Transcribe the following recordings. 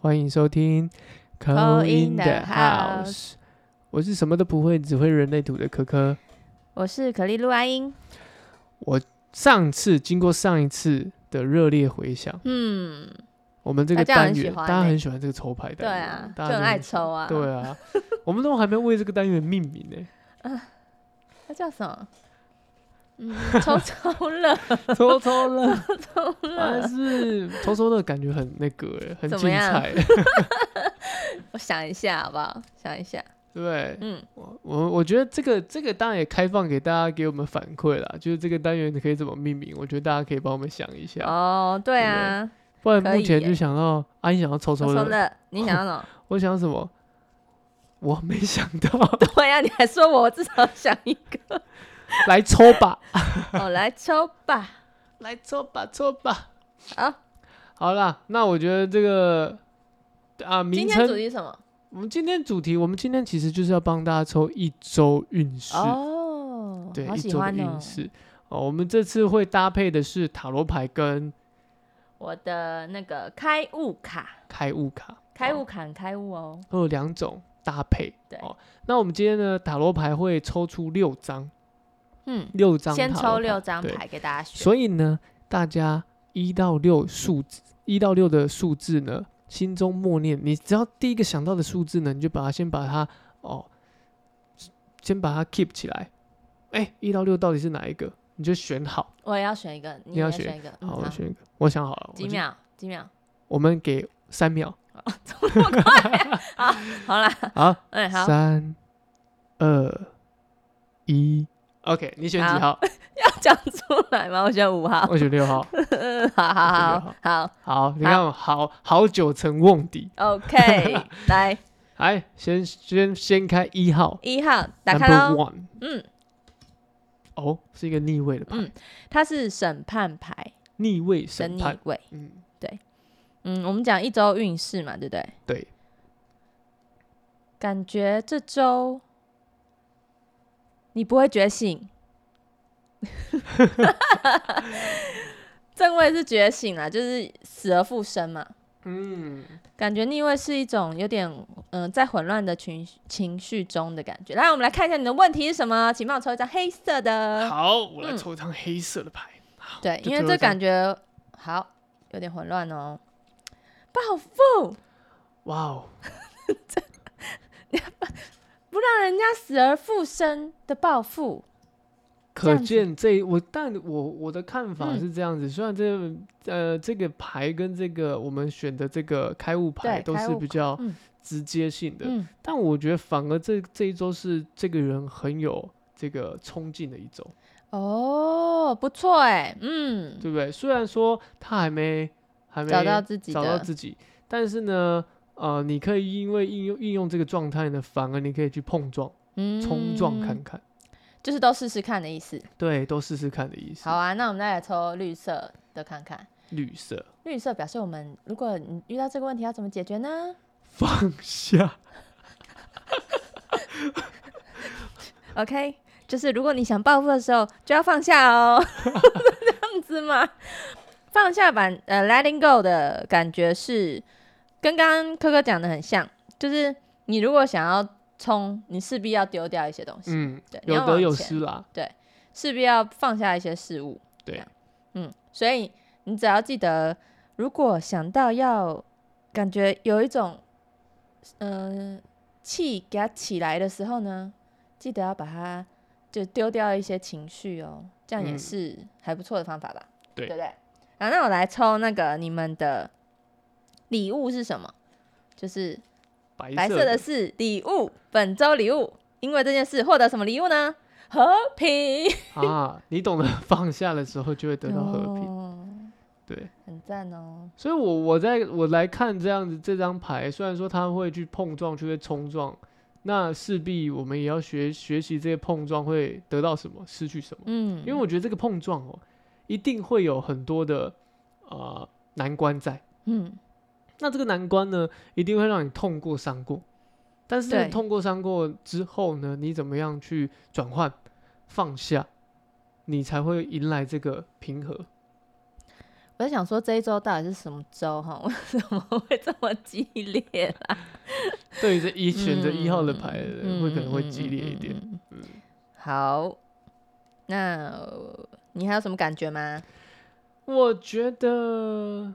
欢迎收听《 Call in the House》。我是什么都不会，只会人类图的可可。我是可丽露阿英。上次经过上一次的热烈回响，嗯，我们这个大家单很喜元欢大家欸很喜欢这个抽牌对单元，啊，就大家很爱喜欢抽啊。对，啊，我们都还没为这个单元命名呢、 它叫什么？嗯，抽抽乐，抽抽乐，抽还乐。是抽抽乐，感觉很那个、欸，很怎么精样彩、我想一下好不好？想一下， 对，嗯，我我我觉得这个这个当然也开放给大家给我们反馈啦，就是这个单元你可以怎么命名，我觉得大家可以帮我们想一下。哦，对啊，不然可目以前耶就想到阿姨想要抽抽抽乐，乐，你想要什么？ 我想什么？我没想到， 对啊，你还说我至少想一个。来抽吧，哦，来抽吧。来抽吧，抽吧。好，好啦，那我觉得这个啊，今名天主称题是什么？我们今天主题，我们今天其实就是要帮大家抽一周运势，哦对，好一喜周的欢哦运。势。哦，我们这次会搭配的是塔罗牌跟我的那个开悟卡，开悟卡，开悟卡，很开悟哦。会有两种搭配。对哦，那我们今天呢，塔罗牌会抽出六张，嗯，六张先塔罗抽牌六张对牌给大家选。所以呢，大家一到六数字，一到六的数字呢，心中默念，你只要第一个想到的数字呢，你就把它先把它哦，先把它 keep 起来。哎、一到六到底是哪一个？你就选好。我也要选一个，你要也选选一个。嗯好，我选一个。我想好了。几我就？秒？几秒？我们给三秒。好啦，好，哎，好，三、二、一。OK，你选几号？要 讲出来吗？我选五号。 嗯我选六号。好我好选好好好，你看，好好久成瓮底。 ，OK，来来，先先先开一号。一号打开 Number 喽。 one，嗯，哦，是一个逆位的牌，嗯它是审判牌逆位的审逆判，位。嗯，嗯，我们讲一周运势嘛，对不对？对，感觉这周你不会 觉醒，正位是觉醒啦，就是死而复生嘛。嗯，感觉逆位是一种有点嗯、呃在混乱的情绪情绪中的感觉。来，我们来看一下你的问题是什么，请帮我抽一张黑色的。呃好，我来嗯抽一张黑色的牌，对，就因为最后这一张感觉好有点混乱哦。报复哇哦，不让人家死而复生的报复，可样子见这我，但我我的看法嗯是这样子，虽然这呃这个牌跟这个我们选的这个开悟牌对都开是悟比较嗯直接性的，嗯，但我觉得反而这这一周是这个人很有这个冲劲的一周，哦，不错哎，嗯，对不对？虽然说他还没还没找到自己找到的，自己。但是呢，呃，你可以因为应用应用这个状态呢，反而你可以去碰撞、嗯冲撞看，看，就是都试试看的意思。对，都试试看的意思。好啊，那我们再来抽绿色的看看。绿 色，绿色表示我们，如果你遇到这个问题要怎么解决呢？放下， OK，就是如果你想报复的时候，就要放 下哦，这样子吗？放下版呃，letting go 的感觉是跟刚刚科科讲的很像，就是你如果想要冲，你势必要丢掉一些东西，嗯，对，你有要得往有前，失啦，势必要放下一些事物。对这样，嗯，所以你只要记得，如果想到要感觉有一种嗯、呃气给它起来的时候呢，记得要把它就丢掉一些情绪哦，这样也嗯是还不错的方法吧？对对不对？啊，那我来抽那个你们的礼物是什么？就是白白色色的是礼物，本周礼物，因为这件事获得什么礼物呢？和平。啊，你懂得放下的时候，就会得到和哦平。平，对，很赞哦。所以我我在我来看这样子这张牌，虽然说它会去碰撞，就会冲撞。那势必我们也要学学习这些碰撞会得到什么，失去什么。嗯，因为我觉得这个碰撞哦，一定会有很多的呃难关在。嗯那这个难关呢，一定会让你痛过、伤过。但是对痛过、伤过之后呢，你怎么样去转换、放下，你才会迎来这个平和。我在想说这一周到底是什么周哈？为什么会这么激烈啦？对于这 一选择一号的牌的人，嗯会可能会激烈一点。。嗯嗯嗯嗯嗯嗯好，那你还有什么感觉吗？嗯我觉得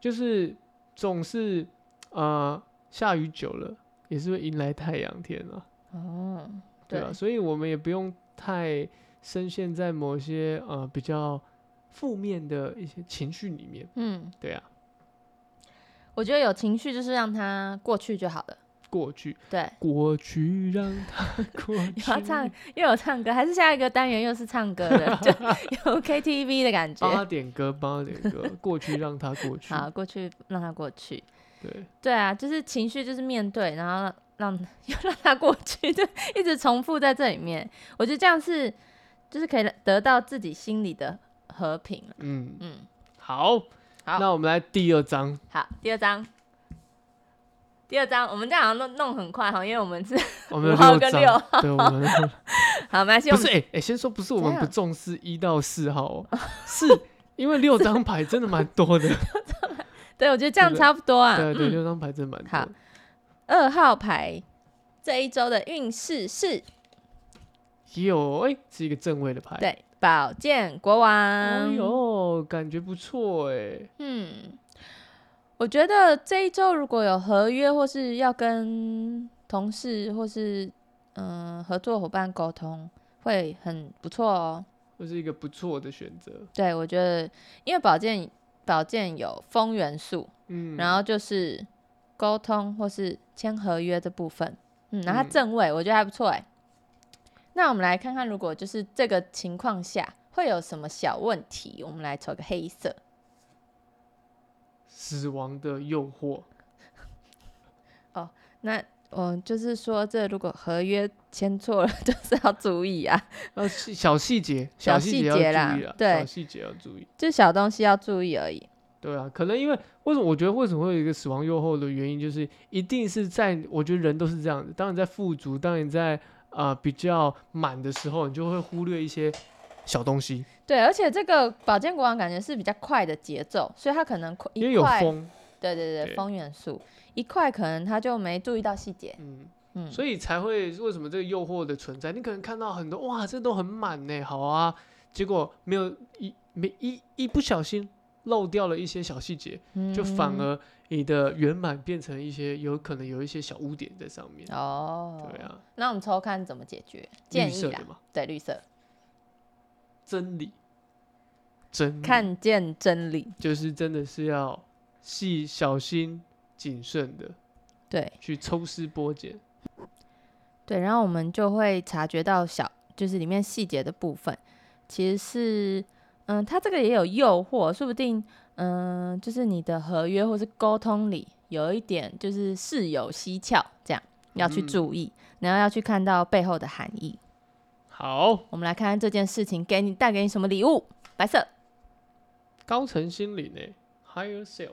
就是总是呃下雨久了，也是会迎来太阳天啊，哦，对啊，所以我们也不用太深陷在某些呃比较负面的一些情绪里面，嗯，对啊，我觉得有情绪就是让它过去就好了。过去对，过去让它过 去。有要唱 又有唱歌，还是下一个单元又是唱歌的， 就有 KTV 的感觉帮。他点歌，帮他点歌， 过去让他过去。好，过去让它过去。对，对啊，就是情绪就是面对，然后让 让又让它过去，就一直重复在这里面。我觉得这样是就是可以得到自己心里的和平了。嗯，嗯，好，好那我们来第二章，好，第二章。第二章，我们这样好像弄弄很快哈，因为我们是我们五号有跟章，六号对，我们 好，没关系，我不们是，哎、哎，先说不是我怎们样不重视一到四号、哦，是因为六张牌真的蛮多 的，对我觉得这样差不多啊。对对，嗯六张牌真的蛮多好的。二号牌这一周的运势是有，哎、是一个正位的牌，对宝剑国王。哎呦，感觉不错哎、嗯，我觉得这一周如果有合约或是要跟同事或是嗯、呃合作伙伴沟通，会很不错哦。这是一个不错的选择。对我觉得，因为宝剑宝剑有风元素，嗯，然后就是沟通或是签合约这部分，嗯，然后嗯它正位我觉得还不错哎。那我们来看看，如果就是这个情况下会有什么小问题，我们来抽个黑色。死亡的诱惑，那我就是说，这如果合约签错了， 就是要注意啊，要呃细小细节，小细细节要节注啦意啦对小细节要注意。就小东西要注意而已。对啊，可能因为为什么我觉得为什么会有一个死亡诱惑的原因，就是一定是在我觉得人都是这样子，当你在富足，当你在呃比较满的时候，你就会忽略一些小东西，对，而且这个宝剑国王感觉是比较快的节奏，所以他可能快因为一有块，风，对对对，对风元素一块，可能他就没注意到细节。嗯，嗯，所以才会为什么这个诱惑的存在，你可能看到很多哇，这都很满呢，好啊，结果没有一没一一不小心漏掉了一些小细节，就反嗯而你的圆满变成一些有可能有一些小污点在上面，哦，对啊，那我们抽看怎么解决，绿建议色啦的，嘛。对绿色，真理，真理看见真理，就是真的是要细小心谨慎的对去抽丝剥茧。对，然后我们就会察觉到小，就是里面细节的部分，其实是，嗯，它这个也有诱惑，说不定，嗯，就是你的合约或是沟通里有一点就是事有蹊跷，这样要去嗯注意，然后要去看到背后的含义。好，我们来看看这件事情给你带给你什么礼物，白色。高层心理呢，higher self，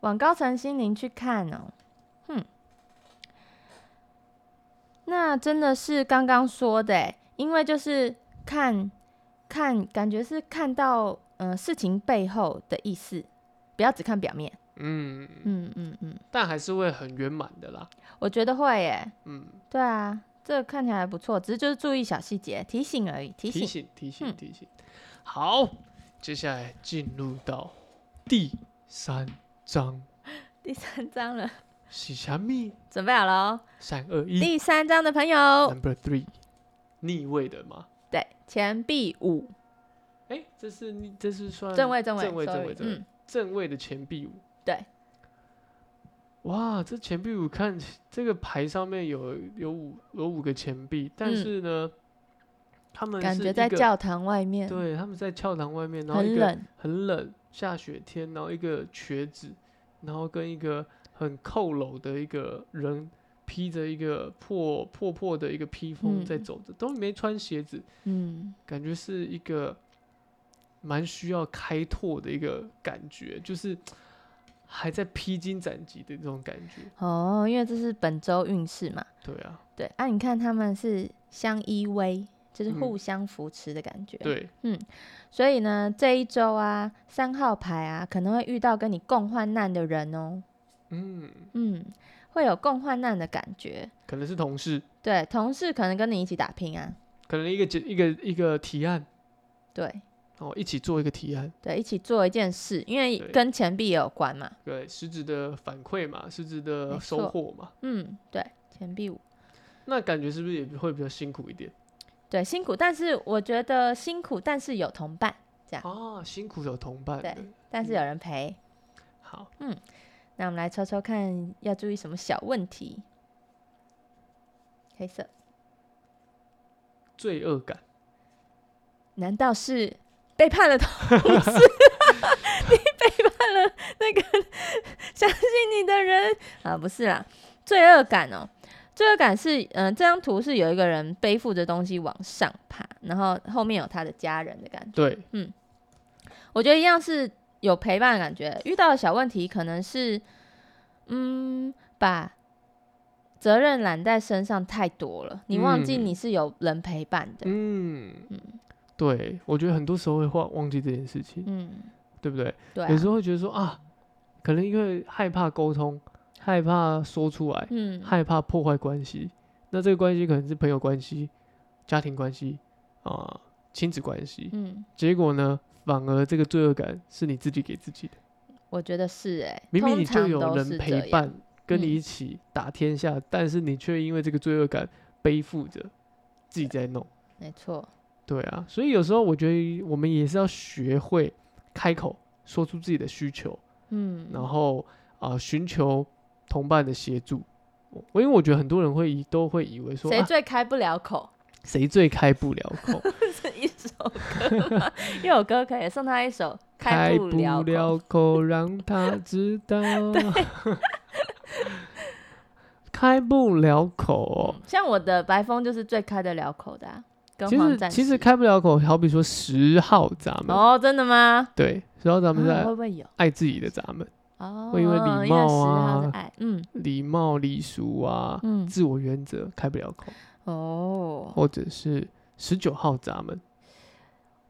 往高层心灵去看哦。哼，那真的是刚刚说的欸，因为就是看看，感觉是看到嗯、呃事情背后的意思，不要只看表面。嗯，嗯嗯嗯，但还是会很圆满的啦。我觉得会耶。嗯，对啊，这个看起来还不错，只是就是注意小细节，提醒而已，提提醒。醒提醒嗯提醒。好，接下来进入到第三章，第三章了，是啥咪？准备好了哦。三二一第三章的朋友， ，Number Three，逆位的吗？对，钱币五，哎、这是逆这是算正位正位嗯正位正 sorry，位正位嗯，正位的钱币五。对。哇，这钱币五看起这个牌上面有有五有五个钱币，但嗯是呢，他们感是觉一在个教堂外面，对，他们在教堂外面，然后一很个冷。很冷，下雪天，然后一个瘸子，然后跟一个很佝偻的一个人，披着一个破破破的一个披风嗯在走着，都没穿鞋子，嗯，感觉是一个蛮需要开拓的一个感觉，就是还在披荆斩棘的那种感觉。哦，因为这是本周运势嘛，对啊，对啊，你看他们是相依偎，就是嗯互相扶持的感觉。对，所以呢，这一周啊，三号牌啊，可能会遇到跟你共患难的人哦。嗯，嗯，会有共患难的感觉。可能是同事，对，同事可能跟你一起打拼啊，可能一个解一个一个提案对哦，一起做一个提案，对，一起做一件事，因为对跟钱币也有关嘛。对，实质的反馈嘛，实质没的收错获嘛，嗯，对，钱币五，那感觉是不是也会比较辛苦一点？对，辛苦，但是我觉得辛苦，但是有同伴，啊，辛苦有同伴的对，但是嗯有人陪。好，那我们来抽抽看，要注意什么小问题？黑色，罪恶感，难道是背叛了同事？你背叛了那个相信你的人啊？不是啦，罪恶感哦。罪恶感是，嗯、这张图是有一个人背负着东西往上爬，然后后面有他的家人的感觉。对，我觉得一样是有陪伴的感觉。遇到的小问题可能是，嗯，把责任揽在身上太多了，你忘记嗯你是有人陪伴的。嗯对，我觉得很多时候会忘忘记这件事情，嗯，对不对？对、啊有，时候会觉得说啊，可能因为害怕沟通，害怕说出来，嗯，害怕破坏关系。那这个关系可能是朋友关系、家庭关系啊、亲子关系。嗯，结果呢，反而这个罪恶感是你自己给自己的。我觉得是哎、明明通你就常有都人是这陪样。伴，跟嗯你一起打天下，但是你却因为这个罪恶感背负着自己在弄。没错，对啊，所以有时候我觉得我们也是要学会开口说出自己的需求，嗯，然后啊、呃寻求同伴的协助。我因为我觉得很多人会以都会以为说谁啊最开不了口？ 谁最开不了口，是一首歌吗？又有歌可以送他一首，开不了口。了口让他知 道， 开不了口哦。嗯像我的白风就是最开得了口的、啊，跟其黄实战其实士开不了口，好比说十号闸门，哦，真的吗？对，十号闸门啊在会不会有？爱自己的闸门，哦，会因为礼因为貌十号是啊爱，嗯礼貌礼俗啊，嗯，自我原则开不了口，哦，或者是十九号闸门，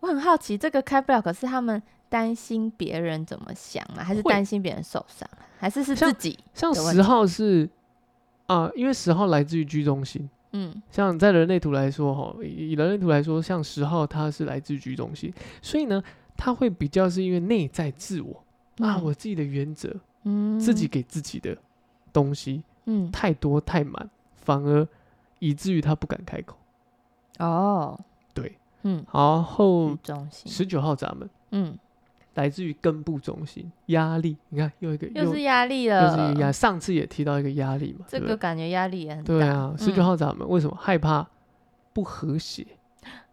我很好奇这个开不了，可是他们担心别人怎么想吗？还是会担心别人受伤？还是是像自己？像的问十号是啊、因为十号来自于居中心。嗯像在人类图来说，哈，以以人类图来说，像十号它是来自居中心，所以呢，它会比较是因为内在自我啊，嗯我自己的原则，嗯自己给自己的东西嗯太多太满，反而以至于他不敢开口。哦对，嗯，然居后中心，十九号闸门嗯，来自于根部中心压力，你看又一个又又是压力又是了一个，压，上次也提到一个压力嘛，这对不个对感觉压力也很大，对啊，十九嗯号闸门为什么害怕不和谐？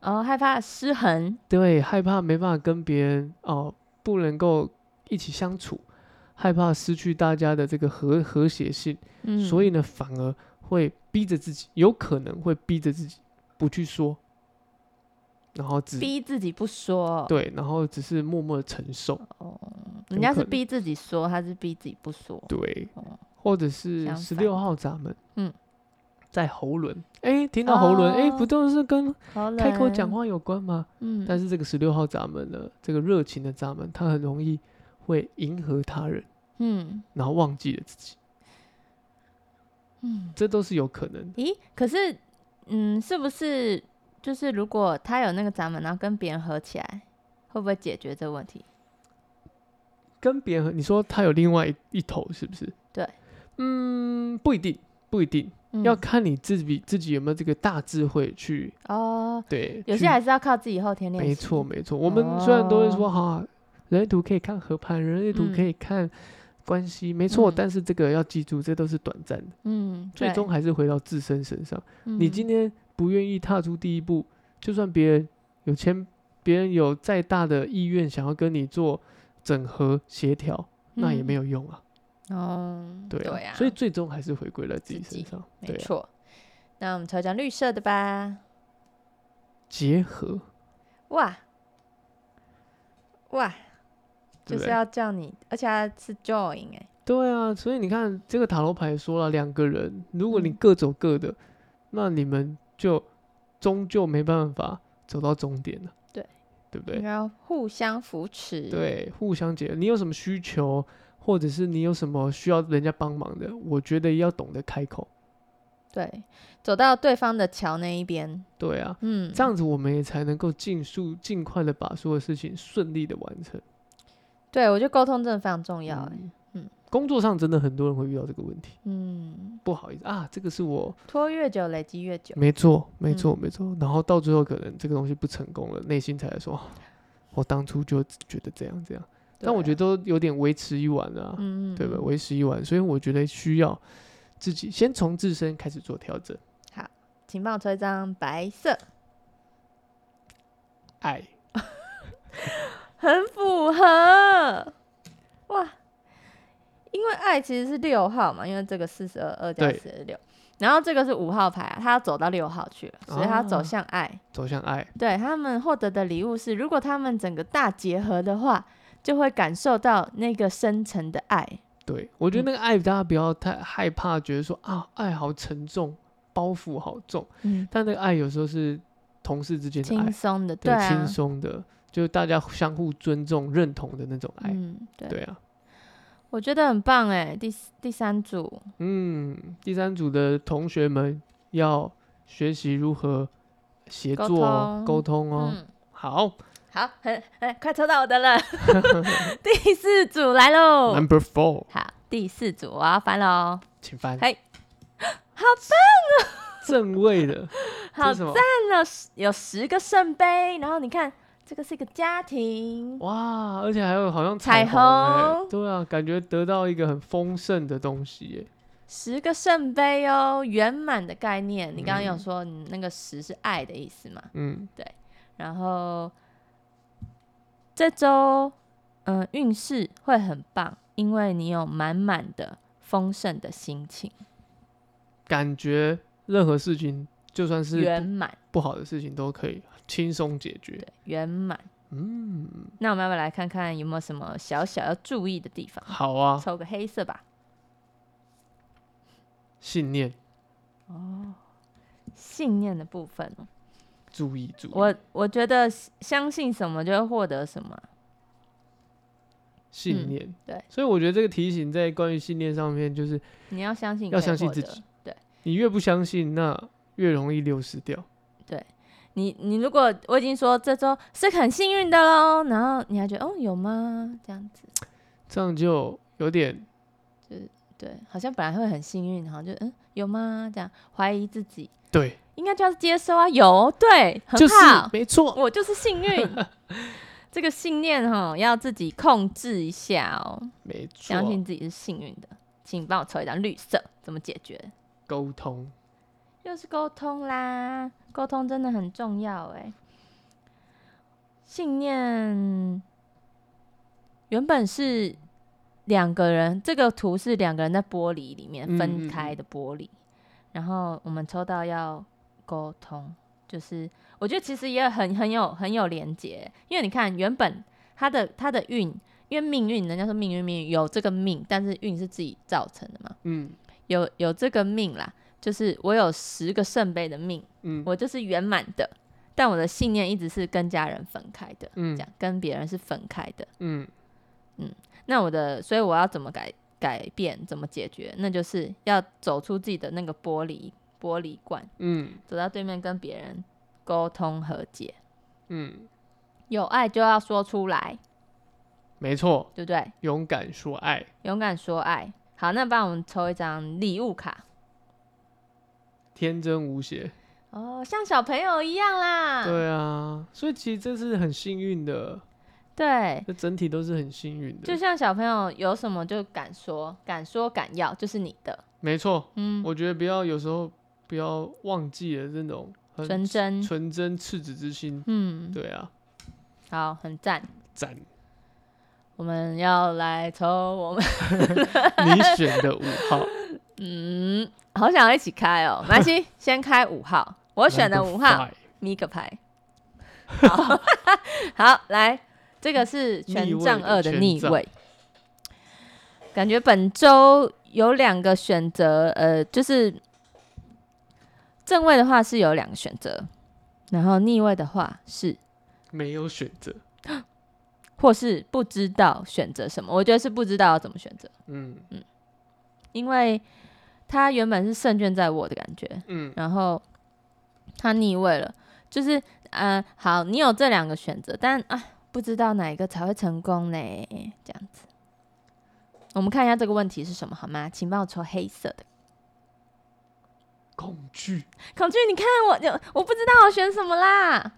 哦，害怕失衡，对，害怕没办法跟别人哦、不能够一起相处，害怕失去大家的这个和和谐性，嗯，所以呢，反而会逼着自己，有可能会逼着自己不去说，然后只逼自己不说，对，然后只是默默的承受，哦，有人家可是能逼自己说，他是逼自己不说，对哦，或者是相十反六号闸门，嗯，在喉轮，哎，听到喉轮，哎、哦不都是跟好开口讲冷，话有关吗？嗯，但是这个十六号闸门呢，这个热情的闸门，它很容易会迎合他人，嗯。然后忘记了自己。嗯，这都是有可能的。咦，可是，嗯，是不是就是如果他有那个闸门，然后跟别人合起来，会不会解决这个问题？跟别人合，你说他有另外一一头，是不是？对，嗯，不一定，不一定，嗯、要看你自己自己有没有这个大智慧去哦，对。有去些还是要靠自己后天练习。没错，没错。我们虽然都会说哦哈、人类图可以看合盘，人类图可嗯以看关系，没错，嗯但是这个要记住，这都是短暂的，嗯，最对终还是回到自身身上。你今嗯天不愿意踏出第一步，就算别人有签，别人有再大的意愿想要跟你做整合协调，那也没嗯有用啊。哦，对啊，啊，所以最终还是回归到自己自己身上。没对啊、错。那我们抽奖绿色的吧，结合，哇哇，对就不是对？要叫你，而且它是 join 哎、对啊，所以你看这个塔罗牌说了，两个人如果你嗯各走各的，那你们就终究没办法走到终点的。对，嗯对不你对？要互相扶持。，对，互相解，你有什么需求，或者是你有什么需要人家帮忙的，我觉得要懂得开口。对，走到对方的桥那一边，对啊，嗯，这样子我们也才能够尽速、尽快的把所有事情顺利的完成。对我觉得沟通真的非常重要、欸。嗯工作上真的很多人会遇到这个问题，嗯，不好意思啊，这个是我拖越久，累积越久。没错，没嗯错，没错。然后到最后可能这个东西不成功了，内心才来说，啊我当初就觉得这样这样，但我觉得得，都有点为时已晚了啊、嗯，嗯对吧？啊嗯为时已晚，所以我觉得需要自己先从自身开始做调整。请帮我抽一张白色，爱，很符合。哇，因为爱其实是六号嘛，因为这个四十二二加对四十六，然后这个是五号牌、啊，他要走到六号去了，所以他走啊向爱。走向爱，对他们获得的礼物是，如果他们整个大结合的话，就会感受到那个深层的爱。对我嗯觉得那个爱，大家不要太害怕，觉得说啊，爱好沉重，包袱好重。嗯，但那个爱有时候是同事之间的爱轻，松的，对，轻啊，松的，就是大家相互尊重、认同的那种爱。嗯，对，对啊，我觉得很棒哎。第四第三组，嗯，第三组的同学们要学习如何协沟作哦、通沟通哦。嗯，好好，很哎，快抽到我的 了。第四组来喽， ，Number Four，好，第四组我要翻哦喽，请翻。 嘿好哦正位的，这好是什么？看了十有十个圣杯，然后你看这个是一个家庭，哇，而且还有好像彩虹欸虹对啊，感觉得到一个很丰盛的东西耶。十个圣杯哦，圆满的概念。你刚刚有嗯说你那个十是爱的意思嘛？嗯，然后这周嗯运势会很棒，因为你有满满的丰盛的心情，感觉任何事情，就算是圆不满不好的事情，都可以轻松解决。对圆满。嗯，那我们要不要来看看有没有什么小小要注意的地方？好啊，抽个黑色吧。信念，哦，信念的部分哦，注意注意。我我觉得相信什么就会获得什么啊。信嗯念、对，所以我觉得这个提醒在关于信念上面，就是你要相信，要相信自己。对你越不相信，那越容易流失掉。你，你如果我已经说这周是很幸运的喽，然后你还觉得哦有吗？这样子，这样就有点对，好像本来会很幸运，好像就嗯有吗？这样怀疑自己，对，应该就要接受啊，有对，很就是好，没错。我就是幸运。这个信念哈、要自己控制一下哦，没错，相信自己是幸运的。请帮我抽一张绿色，怎么解决？沟通，又是沟通啦，沟通真的很重要哎、信念原本是两个人，这个图是两个人在玻璃里面嗯嗯分开嗯的玻璃，然后我们抽到要沟通，就是我觉得其实也很很有很有连结，因为你看原本他的他的运，因为命运人家说命运命运有这个命，但是运是自己造成的嘛，嗯有有这个命啦，就是我有十个圣杯的命，嗯我就是圆满的，但我的信念一直是跟家人分开的，这嗯样跟别人是分开的。嗯，那我的，所以我要怎么改改变，怎么解决？那就是要走出自己的那个玻璃玻璃罐，嗯走到对面跟别人沟通和解，嗯，有爱就要说出来，没错，对不对？勇敢说爱，勇敢说爱。好，那帮我们抽一张礼物卡天真无邪。哦，像小朋友一样啦。对啊，所以其实这是很幸运的，对，这整体都是很幸运的。就像小朋友有什么就敢说，敢说敢要，就是你的。没错，嗯，我觉得不要有时候不要忘记了这种很纯真。嗯纯真赤子之心。嗯，对啊，好，很赞。赞我们要来抽我们， 你选的五号，嗯，好想要一起开哦。没关系，先开五号， 我选的五号 Number five，米可牌。好， 好，来，这个是逆权位杖的二的权逆杖位。感觉本周有两个选择，呃，就是正位的话是有两个选择，然后逆位的话是，没有选择。或是不知道选择什么。我觉得是不知道要怎么选择，嗯因为他原本是胜券在握的感觉，嗯然后他逆位了，就是呃，好，你有这两个选择，但啊，不知道哪一个才会成功呢？这样子，我们看一下这个问题是什么好吗？请帮我抽黑色的。恐惧，孔雀，你看我，就我不知道我选什么啦，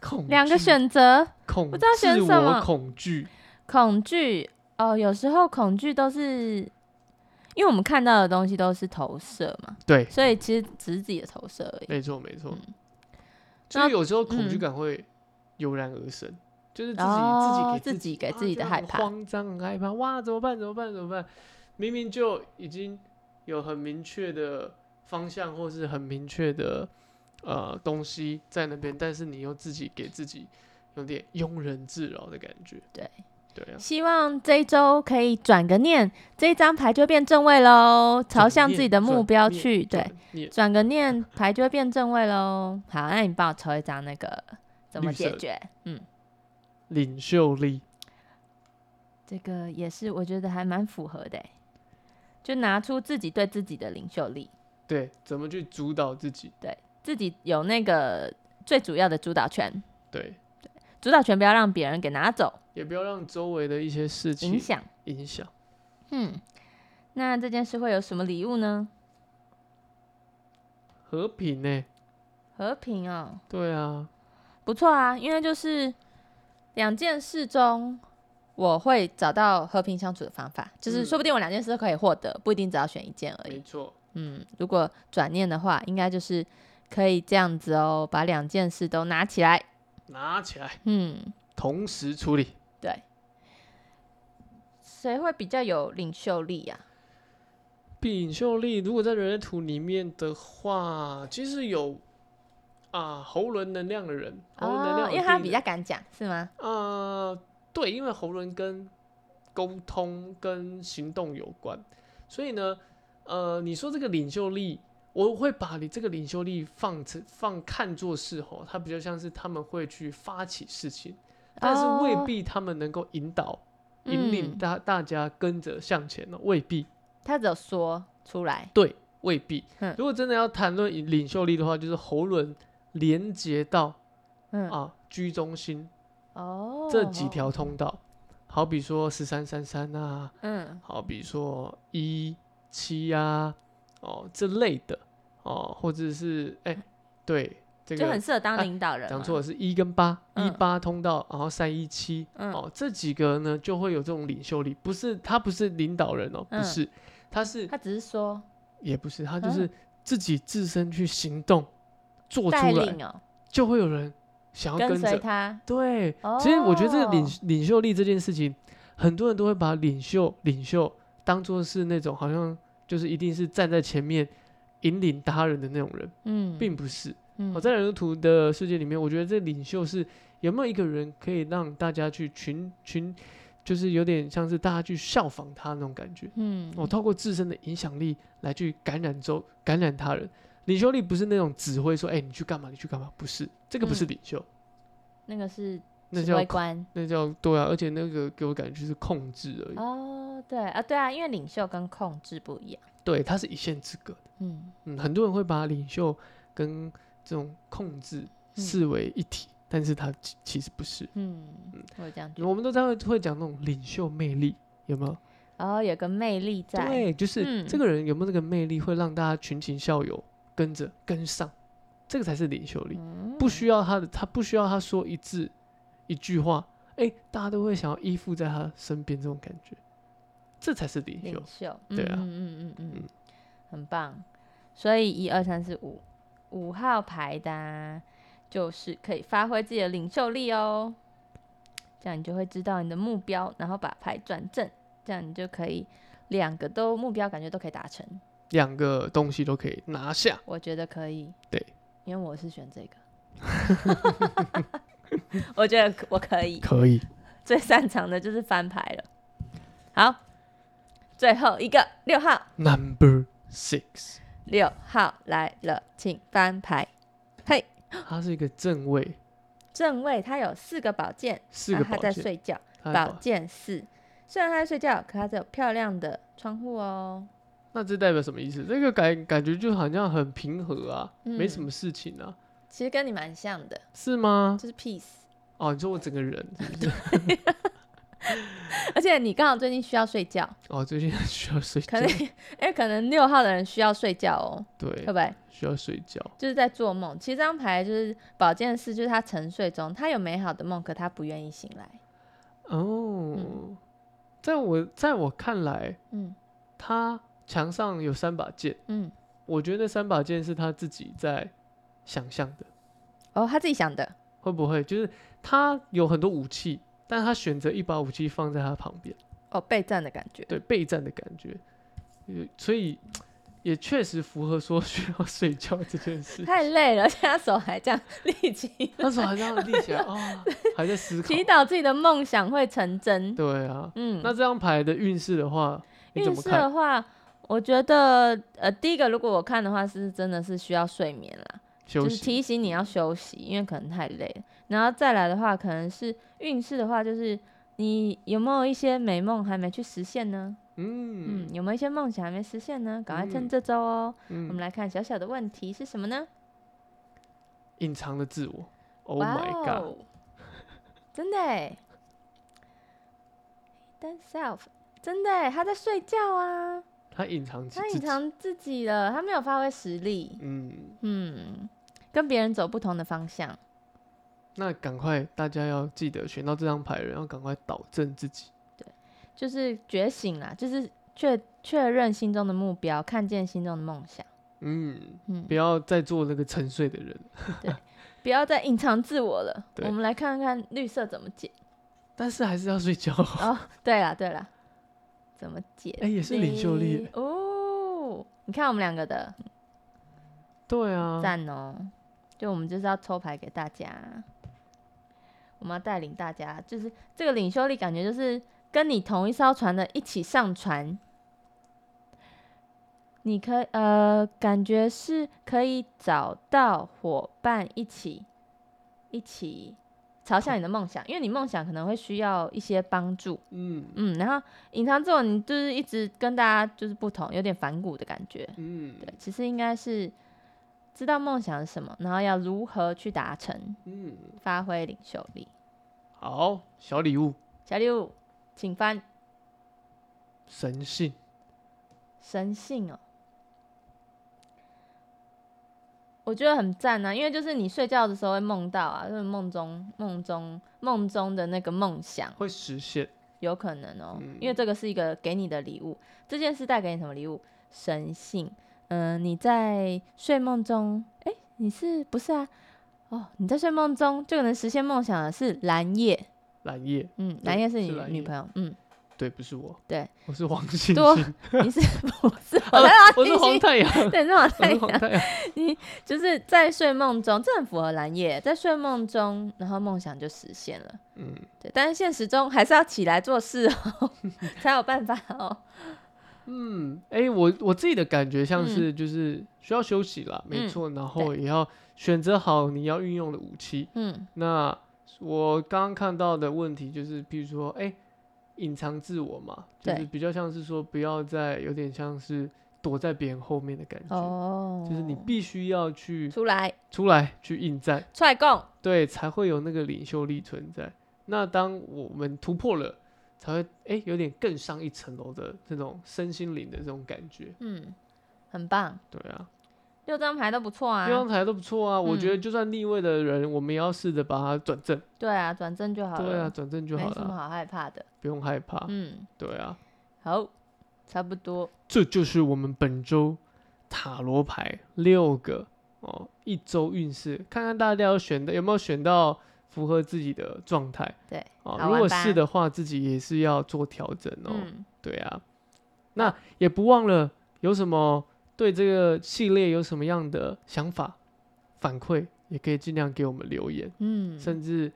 恐惧两个选择，恐，不知道选自什我么恐惧，恐惧哦，有时候恐惧都是因为我们看到的东西都是投射嘛，对，所以其实只是自己的投射而已。没错没错嗯。所那以有时候恐惧嗯感会油然而生，就是自己哦自己给自己给啊自己就的很害怕，慌张很害怕，哇，怎么办？怎么办？怎么办？明明就已经有很明确的方向，或是很明确的呃东西在那边，但是你又自己给自己有点庸人自扰的感觉。对，对啊，希望这一周可以转个念，这一张牌就变正位喽，朝向自己的目标去。对，你转个念，牌就会变正位喽。 好，那你帮我抽一张那个怎么绿色解的决？嗯，领袖力，这个也是我觉得还蛮符合的欸，就拿出自己对自己的领袖力，对，怎么去主导自己？自己有那个最主要的主导权，对，主导权不要让别人给拿走，也不要让周围的一些事影情响。影响。嗯，那这件事会有什么礼物呢？和平呢、和平哦。对啊，不错啊，因为就是两件事中，我会找到和平相处的方法，就是嗯说不定我两件事都可以获得，不一定只要选一件而没已。错，嗯，如果转念的话，应该就是可以这样子哦，把两件事都拿起来。拿起来，嗯，同时处理。对。谁会比较有领袖力啊呀、领袖力如果在人类图里面的话，其实有啊喉轮能量的人，喉轮能量有哦，定义的人、因为他比较敢讲，是吗？啊，对，因为喉轮跟沟通跟行动有关，所以呢，呃，你说这个领袖力，我会把你这个领袖力放成放看作是吼，它比较像是他们会去发起事情，但是未哦必他们能够引导、引领嗯大大家跟着向前呢、哦未必。他只有说出来。对，未必嗯。如果真的要谈论以领袖力的话，就是喉轮连接到嗯，啊居中心哦，这几，条通道，好比说十三三三啊，嗯，好比说一七啊，哦这类的哦，或者是哎、对这就个很适合当哎领导人嘛。啊讲错了是一跟八，一嗯八通道，然后三一七，嗯哦这几个呢就会有这种领袖力，不是他不是领导人哦，不嗯是，他是他只是说也不是，他啊就是自己自身去行动，做带出来领哦，就会有人想要跟跟随着。他。对，哦，其实我觉得这个领领袖力这件事情，很多人都会把领袖领袖当做是那种好像就是一定是站在前面引领他人的那种人，嗯，并不是。哦嗯我在人图的世界里面，我觉得这领袖是有没有一个人可以让大家去群群，就是有点像是大家去效仿他那种感觉。嗯，我、哦透过自身的影响力来去感染周感染他人。领袖力不是那种指挥说，哎、你去干嘛，你去干嘛，不是这个不是嗯领袖，那个是那指叫挥官那叫对啊，而且那个给我感觉就是控制而已，哦，对啊，对啊，因为领袖跟控制不一样。对，它是一线之隔的。嗯，嗯，很多人会把领袖跟这种控制嗯视为一体，但是它其其实不是。嗯，我有这样觉得。我们都在会会讲那种领袖魅力，有没有？然哦后有个魅力在，对，就是这嗯个人有没有这个魅力，会让大家群情效尤，跟着跟上，这个才是领袖力。嗯不需要他的，他不需要他说一字一句话，哎、大家都会想要依附在他身边，这种感觉，这才是领袖领。袖，对啊嗯嗯嗯嗯嗯嗯，很棒。所以一二三四五五号牌的啊、就是可以发挥自己的领袖力哦。这样你就会知道你的目标，然后把牌转正，这样你就可以两个都目标感觉都可以达成。两个东西都可以拿下，我觉得可以。对，因为我是选这个， 我觉得我可以。可以。最擅长的就是翻牌了。好，最后一个六号， Number six，六号来了，请翻牌。嘿，它是一个正位，正位他有四个宝剑，四然个后啊他宝在剑，睡觉，它在宝剑四。虽然他在睡觉，可他只有漂亮的窗户哦。那这代表什么意思？这个感感觉就好像很平和啊，没什嗯么事情啊，其实跟你蛮像的，是吗？就是 peace。哦，你说我整个人是不是？而且你刚好最近需要睡觉，哦，最近 需要睡觉可，能 哎、可能六号的人需要睡觉哦，对对不，对？需要睡觉。就是在做梦。其实这张牌就是宝剑四，就是他沉睡中，他有美好的梦，可他不愿意醒来。哦，在我在我看来，嗯他墙上有三把剑，嗯，我觉得那三把剑是他自己在想象的，哦，他自己想的，会不会就是他有很多武器，但他选择一把武器放在他旁边，哦，备战的感觉。对备战的感觉，呃所以也确实符合说需要睡觉这件 事。太累了，而且他手还这样立起，那时候还这样立起来啊，还在思考祈。祷自己的梦想会成真。对啊，嗯，那这张牌的运势的话，你怎运么势哦看？的话，我觉得呃，第一个如果我看的话，是真的是需要睡眠啦，休就是息提醒你要休息，因为可能太累了。然后再来的话，可能是运势的话，就是你有没有一些美梦还没去实现呢？嗯嗯，有没有一些梦想还没实现呢？赶快趁嗯这周哦。我们嗯，来看小小的问题是什么呢隐藏的自我。Oh 哇 my 哦， god！真的哎，Hidden Self，真的哎，他在睡觉啊，他隐藏起他自隐己。藏自己了，他没有发挥实力，嗯，嗯，跟别人走不同的方向，那赶快大家要记得选到这张牌，然后赶快导正自己。就是觉醒啦，就是确确认心中的目标，看见心中的梦想，嗯，嗯不，要再做那个沉睡的人。不要再隐藏自我了。对我们来看看绿色怎么解。但是还是要睡 觉。哦，对了对了，怎么解？哎也是领袖力耶哦。你看我们两个的，对啊，赞哦！就我们就是要抽牌给大家，我们要带领大家，就是这个领袖力感觉就是跟你同一艘船的一起上船。你可呃，感觉是可以找到伙伴一起一起朝向你的梦想，因为你梦想可能会需要一些帮助，嗯嗯，然后隐藏自我，你就是一直跟大家就是不同，有点反骨的感觉，嗯对，其实应该是知道梦想是什么，然后要如何去达成，嗯，发挥领袖力。好，小礼物，小礼物，请翻神性。神性哦，我觉得很赞啊，因为就是你睡觉的时候会梦到啊，就是梦中梦中梦中的那个梦想，会实现，有可能哦，嗯因为这个是一个给你的礼物。这件事带给你什么礼物？神性。嗯、你在睡梦中，哎、你是不是啊？哦，你在睡梦中就能实现梦想的是蓝夜，蓝叶嗯，对蓝夜是你是蓝女夜朋友，嗯，对，不是我，对，我是黄星多星，你是不是？啊我在 我星是黄星太阳，对，那我我太是黄阳，太阳，就是在睡梦中，这很符合蓝夜，在睡梦中，然后梦想就实现了。嗯，对，但是现实中还是要起来做事哦， 才有办法哦。嗯，哎、我我自己的感觉像是就是需要休息啦，没嗯错，然后也要选择好你要运用的武器。嗯 那我刚刚看到的问题就是，比如说，哎、隐藏自我嘛，就是对比较像是说不要再有点像是躲在别人后面的感觉，哦，就是你必须要去出来出来去应战，踹供，对，才会有那个领袖力存在。那当我们突破了，才会哎、有点更上一层楼的这种身心灵的这种感觉。嗯，很棒，对啊，六张牌都不错地啊。方台都不错啊。我觉嗯得就算逆位的人，我们也要试着把它转正。对啊，转正就好了，对啊，转正就好没什么了，好害怕的。不用害怕。嗯，对啊，好，差不多。这就是我们本周塔罗牌六个哦，一周运势，看看大家有选的有没有选到符合自己的状态。对，哦，好如玩果吧是的话，自己也是要做调整哦。嗯，对啊，那也不忘了有什么对这个系列有什么样的想法反馈，也可以尽量给我们留言，嗯，甚至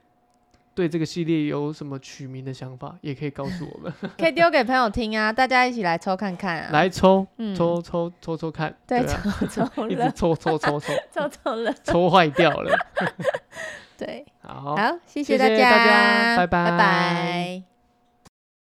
对这个系列有什么取名的想法，也可以告诉我 们。可以丢给朋友听啊， 大家一起来抽看看啊。，来抽嗯抽抽抽抽看，对，啊， 抽 抽一直了，抽抽抽抽抽抽了，抽坏掉了。对，好，好，谢谢大谢大家拜拜拜拜。